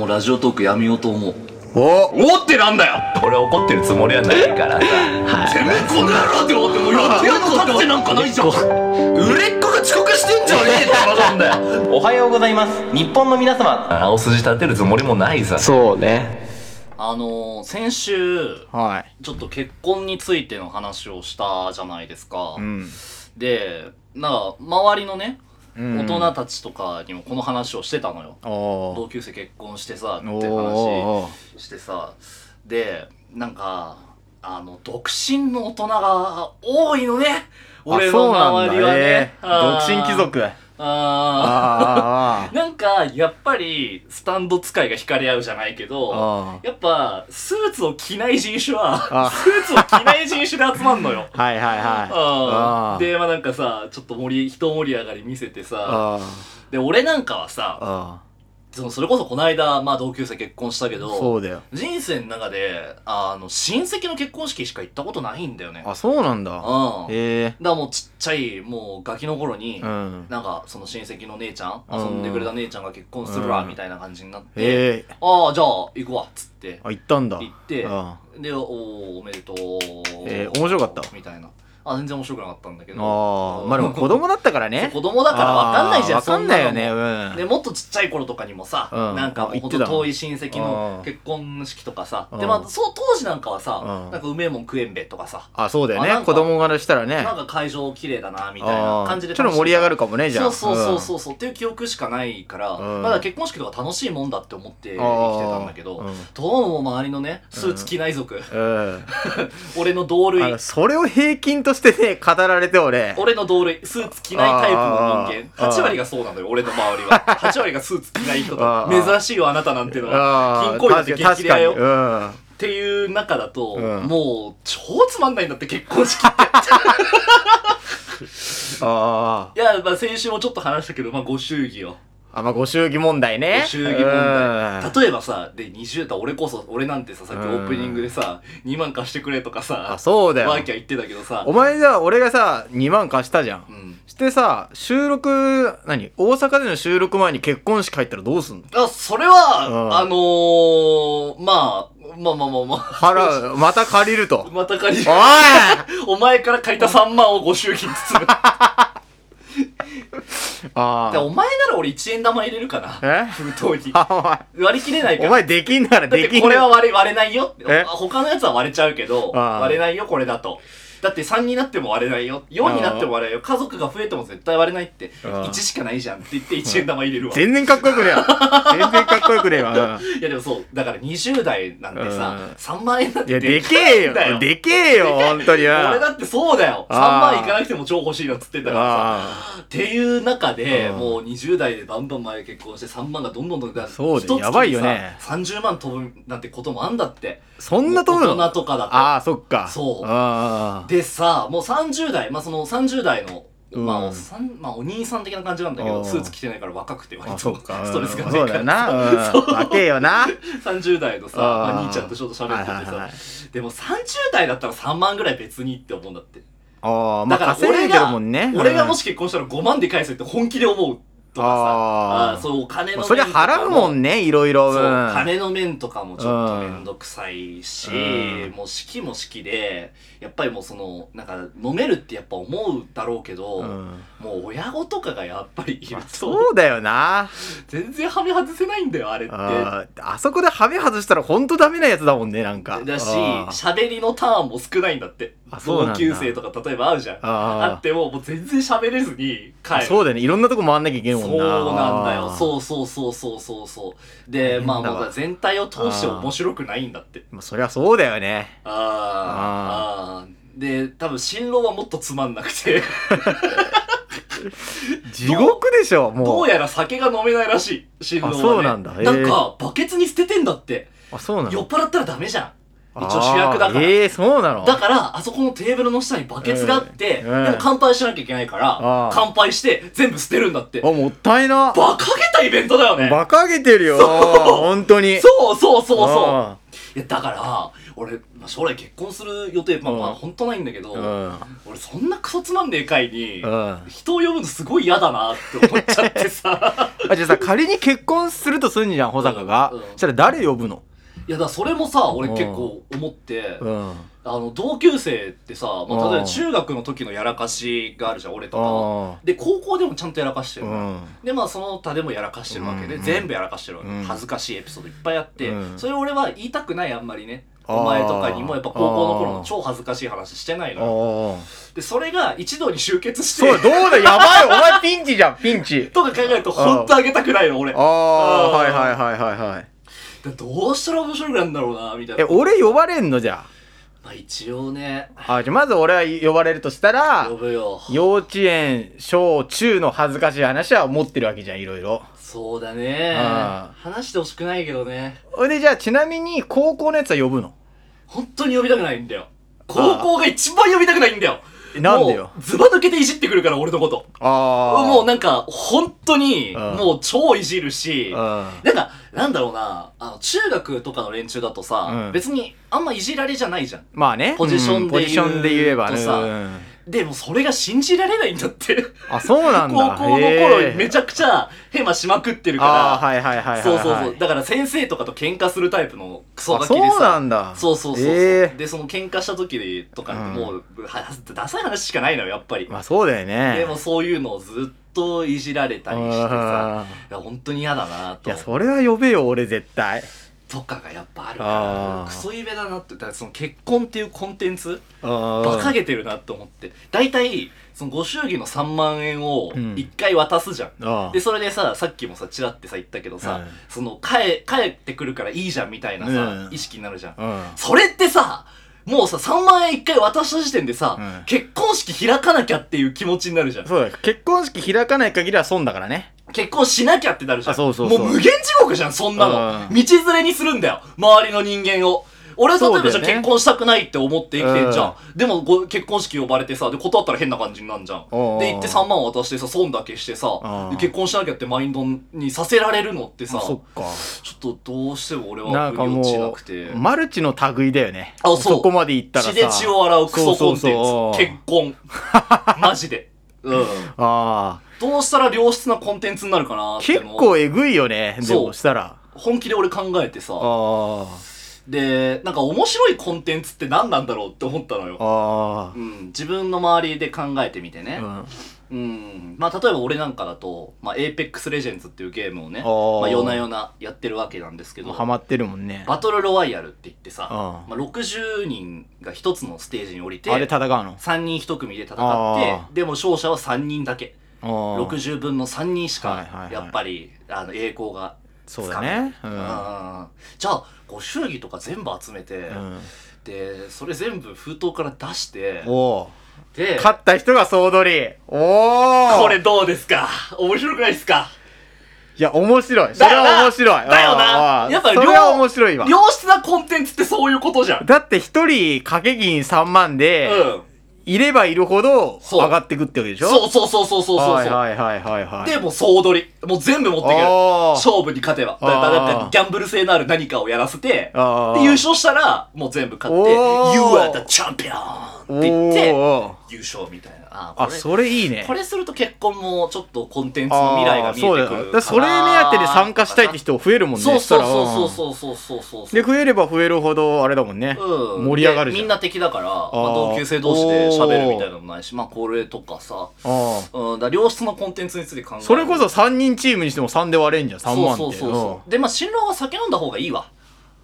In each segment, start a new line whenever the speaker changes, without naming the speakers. もうラジオトークやめようと思う。
お
おってなんだよ
俺怒ってるつもりはない からさ。
てめえこの野郎って思ってもうやってやつの立ってなんかないじゃん。売れっ子が遅刻してんじゃねえって話なんだよ。
おはようございます日本の皆様
青筋立てるつもりもないさ。
そうね
あのー、先週、
はい
ちょっと結婚についての話をしたじゃないですか。
うん
で、なんか、周りのね、
う
大
ん
人たちとかにもこの話をしてたのよ。
おお
同級生結婚してさ、
お
って話
お
してさ。で、なんか、あの、独身の大人が多いのね。俺の周りはね。
あ
あ
そう
ー
なんだね独身貴族あ
あ
あ
ーなんか、やっぱり、スタンド使いが惹かれ合うじゃないけ
あ
ど、
あ
やっぱ、スーツを着ない人種は、
あ
スーツを着ない人種で集まんのよ。
あはいはいはい
あ
あ
ーで、まあなんかさ、ちょっと盛り、一盛り上がり見せてさ、
あ
で、俺なんかはさ、
あ
そのそれこそこの間、まあ同級生結婚したけ
そ
ど、
うだよ
人生の中で、あの、親戚の結婚式しか行ったことないんだよね。
あそうなん
うん。だ
だ
か
へえ
らもうちっちゃい、もうガキの頃に、
うん
なんかその親戚の姉ちゃん、
うん
遊んでくれた姉ちゃんが結婚するわ、
うん
みたいな感じになって、
へえ
ああ、じゃあ行くわ、っつって、
あ行ったんだ
行って、
あ
で、おーおめでとう。
えー面白かった
みたいな。あ、全然面白くなかったんだけ
あ
ど。
ーまあでも子供だったか らね
子供だから分かんないじゃん。
あーわかんないよ
そ
ね
な
うん
ので、もっとちっちゃい頃とかにもさ、
うん
なんか
あ言
ほ
っ
んと
てたの
遠い親戚の
あー
結婚式とかさ、
うん
で、まあ、そう、当時なんかはさ
う、ん
なんかうめえもん食えんべとかさ、
あそうだよ
あなん
ね
か
子供からしたらね
なんか会場綺麗だな、みたいな
ああ
感じで。
ちょっと盛り上がるかもねじゃあ
そうそうそうそうそう、っていう記憶しかないから、
うん
まだ結婚式とか楽しいもんだって思って
う
生
ん
きてたんだけど、
うん
どうも周りのね、スーツ着ない族、
うん
俺の同類
あ、のそれを平均としてね語られて俺
俺の同類、スーツ着ないタイプの人
あ
間。
ー
8割がそうなのよ、俺の周りは。8割が スーツ着ない人
あ
と。
ー
珍しいよ、あなたなんてのは。
あ
金
ー
庫だて激レアよ。
確
っ
かに
ていう中だと、
うん
もう、超つまんないんだって、結婚式って。
うんあ
いや、まあ先週もちょっと話したけど、まあご祝儀よ。
ああまあご祝儀問題ね
ご祝儀問題。例えばさ、で、20代、俺こそ、俺なんてさ、さっきオープニングでさ、2万貸してくれとか
うん
さ
あ、そうだよ
ワーキャー言ってたけどさ
お、前じゃあ俺がさ2万貸したじゃん、
うん。
してさ収録何大阪での収録前に結婚式入ったらどうすんの
あ、それは、
うん
あのー、まあ、まあまあまあまあ、
払 うまた借りると
また借り
おい
お前から借りた3万をご祝儀に包む。
あ
で
あ
お前なら俺1円玉入れるかな。
え
封筒に。
あ
割り切れない
お
か
前お
ら。
前できんなら
だっ
できん
て
な
これは割れ割れないよ。
え
他のやつは割れちゃうけど、
ああ
割れないよ、これだと。だって3になっても割れないよ。4になっても割れないよ。家族が増えても絶対割れないって。
ああ
1しかないじゃんって言って1円玉入れるわ。い
全然かっこよくねえわ全然かっこよくねえわうん
やでもそう、だから20代なんてさ、
うん
3万円なん
いや
て
でけ
えんだ
え
よ
よ。でけえよ本当には
俺だってそうだよ。3
ああ
万いかなくても超欲しいなっつってんだからさ。
あ
っていう中で、
うん
もう20代でバンバン前結婚して3万がどんどんどんどん
そうだよ
一月にさ
やばいよね
30万飛ぶなんてこともあんだって
あそんな飛ぶの
大人とかだと
ああそっか
そう
あ
でさもう30代まあその30代のまあ、
うん
おっさんまあ、お兄さん的な感じなんだけど、
うん
スーツ着てないから若くて割
ああ
と
そっか
ストレスが
うん
な
そ
いうか
だよ
ら
な
そう
うん若えよな
30代のさ、まあ、兄ちゃんとちょっと喋っててさ、
はいはいはい
でも30代だったら3万ぐらい別にって思うんだって
ああ
だ
まあ
から
稼
俺
いでる
が、
もんね
俺がも
し
し結婚したら5万で返せって本気で思うとかさ
あー
あーそうお金の面
そりゃ
とか
払うもんねいろいろ
そう
うん
金の面とかもちょっとめんどくさいし、
うん
もう式も式でやっぱりもうそのなんか飲めるってやっぱ思うだろうけど、
うん
もう親御とかがやっぱりいると
そうだよな
全然はめ外せないんだよあれって。
あーあそこでハメ外したらほんとダメなやつだもんねなんか
だし
あー
喋りのターンも少ないんだって
あそうなん
同
だ
級生とか例えば会うじゃん
あー
会ってももう全然喋れずに帰る
そうだよねいろんなとこ回んなきゃいけんもんな
そうなんだよ
あー
そうそうそうそうそうそうでまあ
変だわ
まだ全体を通して面白くないんだって
まあそりゃそうだよね
あーあーで多分新郎はもっとつまんなくて
地獄でしょ もう
どうやら酒が飲めないらしい新郎は、ね、
あそうなんだへー
なんかバケツに捨ててんだって
あそうな
酔
の
っ払ったらダメじゃん一応主役だから、
ええーそうなの
だから、あそこのテーブルの下にバケツがあって、
うんうん
でも乾杯しなきゃいけないから
あ、ー
乾杯して全部捨てるんだって。
あもったいな
バカげたイベントだよね。
馬鹿げてるよ
そう
本当に
そうそうそうそう
あ
いや。だから、俺、まあ、将来結婚する予定まあま
う
あ
ん
本当ないんだけど、
うん
俺そんなクソつまんねえ回に、
うん
人を呼ぶのすごい嫌だなって思っちゃってさ
あじゃあさ仮に結婚するとすんじゃん保坂が、
うんうん
そしたら誰呼ぶの
いやだからそれもさ俺
うん
結構思って、
うんあ
あの同級生ってさ、まあ、例え
うん
ば中学の時のやらかしがあるじゃん俺とか
あ
で高校でもちゃんとやらかして
う
る、
ん
でまあその他でもやらかしてるわけで、
うん
全部やらかしてるわけ、
うん
恥ずかしいエピソードいっぱいあって、
うん
それ俺は言いたくないあんまりね
あー
お前とかにもやっぱ高校の頃の超恥ずかしい話してない
あ
のよ
あ
でそれが一度に集結して
そうどうだやばいお前ピンチじゃんピンチ
とか考えると本当あげたくないの俺
ああ
うん
はいはいはいはいはい
だどうしたら面白くなるんだろうなみたい
え
な
俺呼ばれんのじゃ
まあ一応ね
ああじゃあまず俺は呼ばれるとしたら
呼ぶよ
幼稚園小中の恥ずかしい話は持ってるわけじゃんいろいろ
そうだね
あ
話してほしくないけどね
ほいでじゃあちなみに高校のやつは呼ぶの
本当に呼びたくないんだよ高校が一番呼びたくないんだよ
えなんでよ
もうズバ抜けていじってくるから俺のこと
ああ
もうなんか本当に
あー
もう超いじるし
うん
なんかなんだろうなあの中学とかの連中だとさ、
うん
別にあんまいじられじゃないじゃん
まあね
ポジションで言うと
ポジションで言えばね
さ
うん
でもそれが信じられないんだって
あそうなんだ
高校の
へ
頃
え
めちゃくちゃヘマしまくってる
あー
か
はいはいはいは
ら
いはい
そうそうそうだから先生とかと喧嘩するタイプのクソガ
あ
キでさ
そうなんだ
そうそうそうそう
ええ
でその喧嘩した時とか
うん
もう、はダサい話しかないのよやっぱり、
まあそうだよね
でもそういうのをずっといじられたりしてさ
あ
いや本当に嫌だな
ーい
と
やそれは呼べよ俺絶対
とかがやっぱあるか
あー
らクソゆべだなってだからその結婚っていうコンテンツ
バ
馬鹿げてるなって思って大体そのご祝儀の3万円を
うん
1回渡すじゃん
あ
でそれでささっきもさちらってさ言ったけどさ、
うん
その帰帰ってくるからいいじゃんみたいなさ、
うん
意識になるじゃん、
あ
それってさもうさ3万円1回渡した時点でさ、
うん
結婚式開かなきゃっていう気持ちになるじゃ
うんんそうだよ結婚式開かない限りは損だからね
結婚しなきゃってなるじゃん
あそうそうそう
もう無限地獄じゃんそんなの、
う
道
ん
連れにするんだよ周りの人間を俺は例えばじ
そ
ゃあ
うだよね
結婚したくないって思って生きてんじゃん、でもご結婚式呼ばれてさで断ったら変な感じになるじゃんで
おうおう
行って3万渡してさ損だけしてさ
う
で
ん
結婚しなきゃってマインドにさせられるのってさ
あ
ち
そ
ょ
っか
っとどうしても俺
な
は
んか
腑に
も
落ちなくて
うマルチの類だよね
あそう
こまでいったらさ
血で血を洗うクソコンテンツ
そうそうそう
結 婚マジでうん
あ
どうしたら良質なコンテンツになるかな
あ
って
結
のを
構えぐいよねで
そう
もしたら
本気で俺考えてさ
あ
でなんか面白いコンテンツって何なんだろうって思ったの
あ
よ、
あ
うん、自分の周りで考えてみてね
あ、う
う
ん
んまあ、例えば俺なんかだと「まあ、APEX レジェンズ」っていうゲームをね
あー
まあ、夜な夜なやってるわけなんですけど
ハマってるもんね
バトルロワイヤルって言ってさ、
あ
ま
ー
あ、60人が1つのステージに降りて
あれ戦うの
3人1組で戦って
あー
でも勝者は3人だけ
あー
60分の3人し
はいはいは
か
い
やっぱりあの栄光が
そうだねうん
うんじゃあご祝儀とか全部集めて、
うん
でそれ全部封筒から出して
おお
で
勝った人が総取りおお
これどうですか面白くないですか
いや面白いそれは面白い
だよな
あー
やっぱ
それは面白いわ
良質なコンテンツってそういうことじゃん、
だって一人掛け金3万で、
うん
いればいるほど
そう
上がってくってわけでしょ
そうそうそうそうそうそうそう、
はいはいはいはいはい
でもう総取りもう全部持ってくる
あー
勝負に勝てばだから
あー
なんかギャンブル性のある何かをやらせて
あー
で優勝したらもう全部勝って「You
おー
are the champion!」って言って
おー
優勝みたいなあー
あ
これ
それいいね
これすると結婚もちょっとコンテンツ
あ
の
ー
未来が見えてくるか
そうだ
な
よだからそれ目当てで参加したいって人増えるもんね
そうそうそう
う
そうそうそうそうそう
で増えれば増えるほどあれだもんね、
うん、
盛り上がるじゃん
でみんな敵だから、まあ、
ー
同級生同士で喋るみたいなのもないしまあこれとかさ、
あー
うん、だから良質なコンテンツについて考える
それこそ3人チームにしても3で割れんじゃん3万って
そうそうそうそうでまあ新郎は酒飲んだ方がいいわ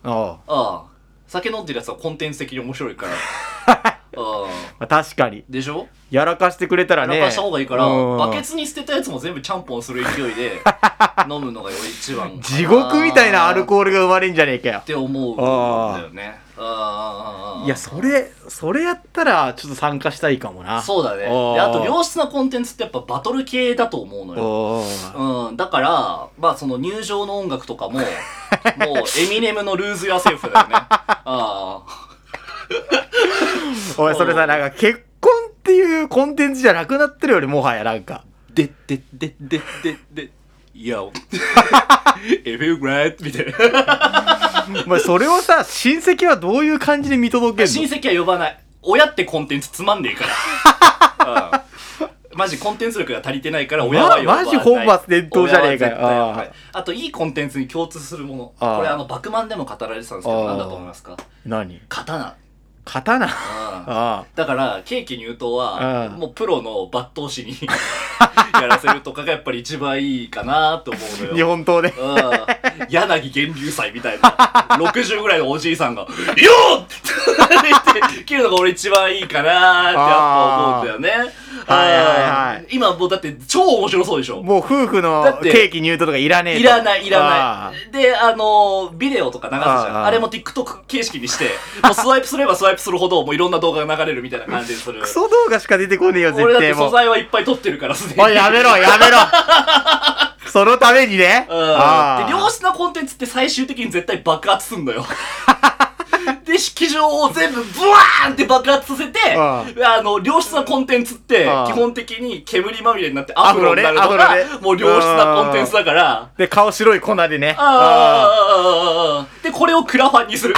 うんあー
ああ酒飲んでるやつはコンテンツ的に面白いから ああ
まあ確かに
でしょ
やらかしてくれたらね
やらかした方がいいから、
うん
バケツに捨てたやつも全部ちゃんぽんする勢いで 飲むのがより一番
地獄みたいなアル
ールっ
コールが生まれんじゃねえかよ
て思うんだよねああ
いやそれそれやったらちょっと参加したいかもな
そうだね
おー
であと良質なコンテンツってやっぱバトル系だと思うのよ
おー
うん、だから、まあその入場の音楽とか も、もうエミネムのルーズ・ヤ・セーフだよね。ああ。
おいそれさなんか結婚っていうコンテンツじゃなくなってるよりもはやなんか
で、で、で、 で、で、で、よ。エフェグラッみたいな。
お前それをさ親戚はどういう感じで見届ける
親
の
戚は呼ばない親ってコンテンツつまんねえから、うんマジコンテンツ力が足りてないから親は呼ばない、
まマジ本末転倒じゃねえか
親は絶対
よ
呼ばない
あ
あといいコンテンツに共通するもの
あー
これあの「バクマン」でも語られてたんですけ
あ
ど
ー
何だと思いますか
何
刀、
刀
う
あ
ん
あ
だからケーキ入刀は
うん
もうプロの抜刀師にやらせるとかがやっぱり一番いいかなと思うの
日
よ。
本刀で
うん、柳源流祭みたいな 60ぐらいのおじいさんが「よー!」って言って切るのが俺一番いいかなってやっぱ思うんだよね。
あーはいはいはい
今もうだって超面白そうでしょ
もう夫婦
だ
の
って
ケーキ入刀とかいらねえと
いらない、いら
あ
ない。で、あのービデオとか流すじゃん。
あ
あ
あ
れも TikTok 形式にして、もうスワイプすればスワイプするほど、もういろんな動画が流れるみたいな感じにする。
あクソ動画しか出てこねえよ
俺だっ
絶
て
対も
素
う
材はいっぱい撮ってるから、すでに。
おいやめろや めろそのためにね
うん。
あ
で、
あ
良質なコンテンツって最終的に絶対爆発すんの よ。で、式場を全部ブワーンって爆発させて、あ
あ
の、良質なコンテンツって
ああ
基本的に煙まみれになってアフロになるの
アフロねアフロ
が、
ね
もう良質なコンテンツだから、
で顔白い粉でねあ
あーで、これをクラファンにする。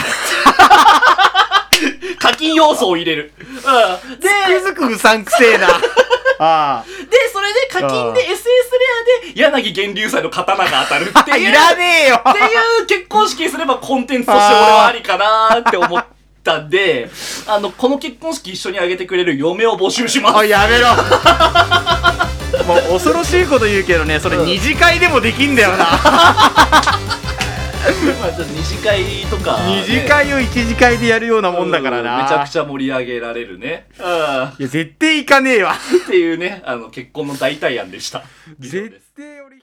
課金要素を入れる。うんで、
あくずくうさんくせ えなあ
で、それで課金で SS レアで柳源流祭の刀が当たるって
あ
いう。
いらねえよ
っていう結婚式にすればコンテンツとして俺はありかなーって思ったん で、あの、この結婚式一緒にあげてくれる嫁を募集し ます。
おいやめろもう恐ろしいこと言うけどねそれ
うん
二次会でもできんだよ な
まあちょっと二次会とかね、
二次会を一次会でやるようなもんだから
う
なん
めちゃく
ゃ
ちゃ盛り上げられるね。うん
いや絶対行かねえわ
っていうね、あの、結婚の代替案でした。以上です
絶対俺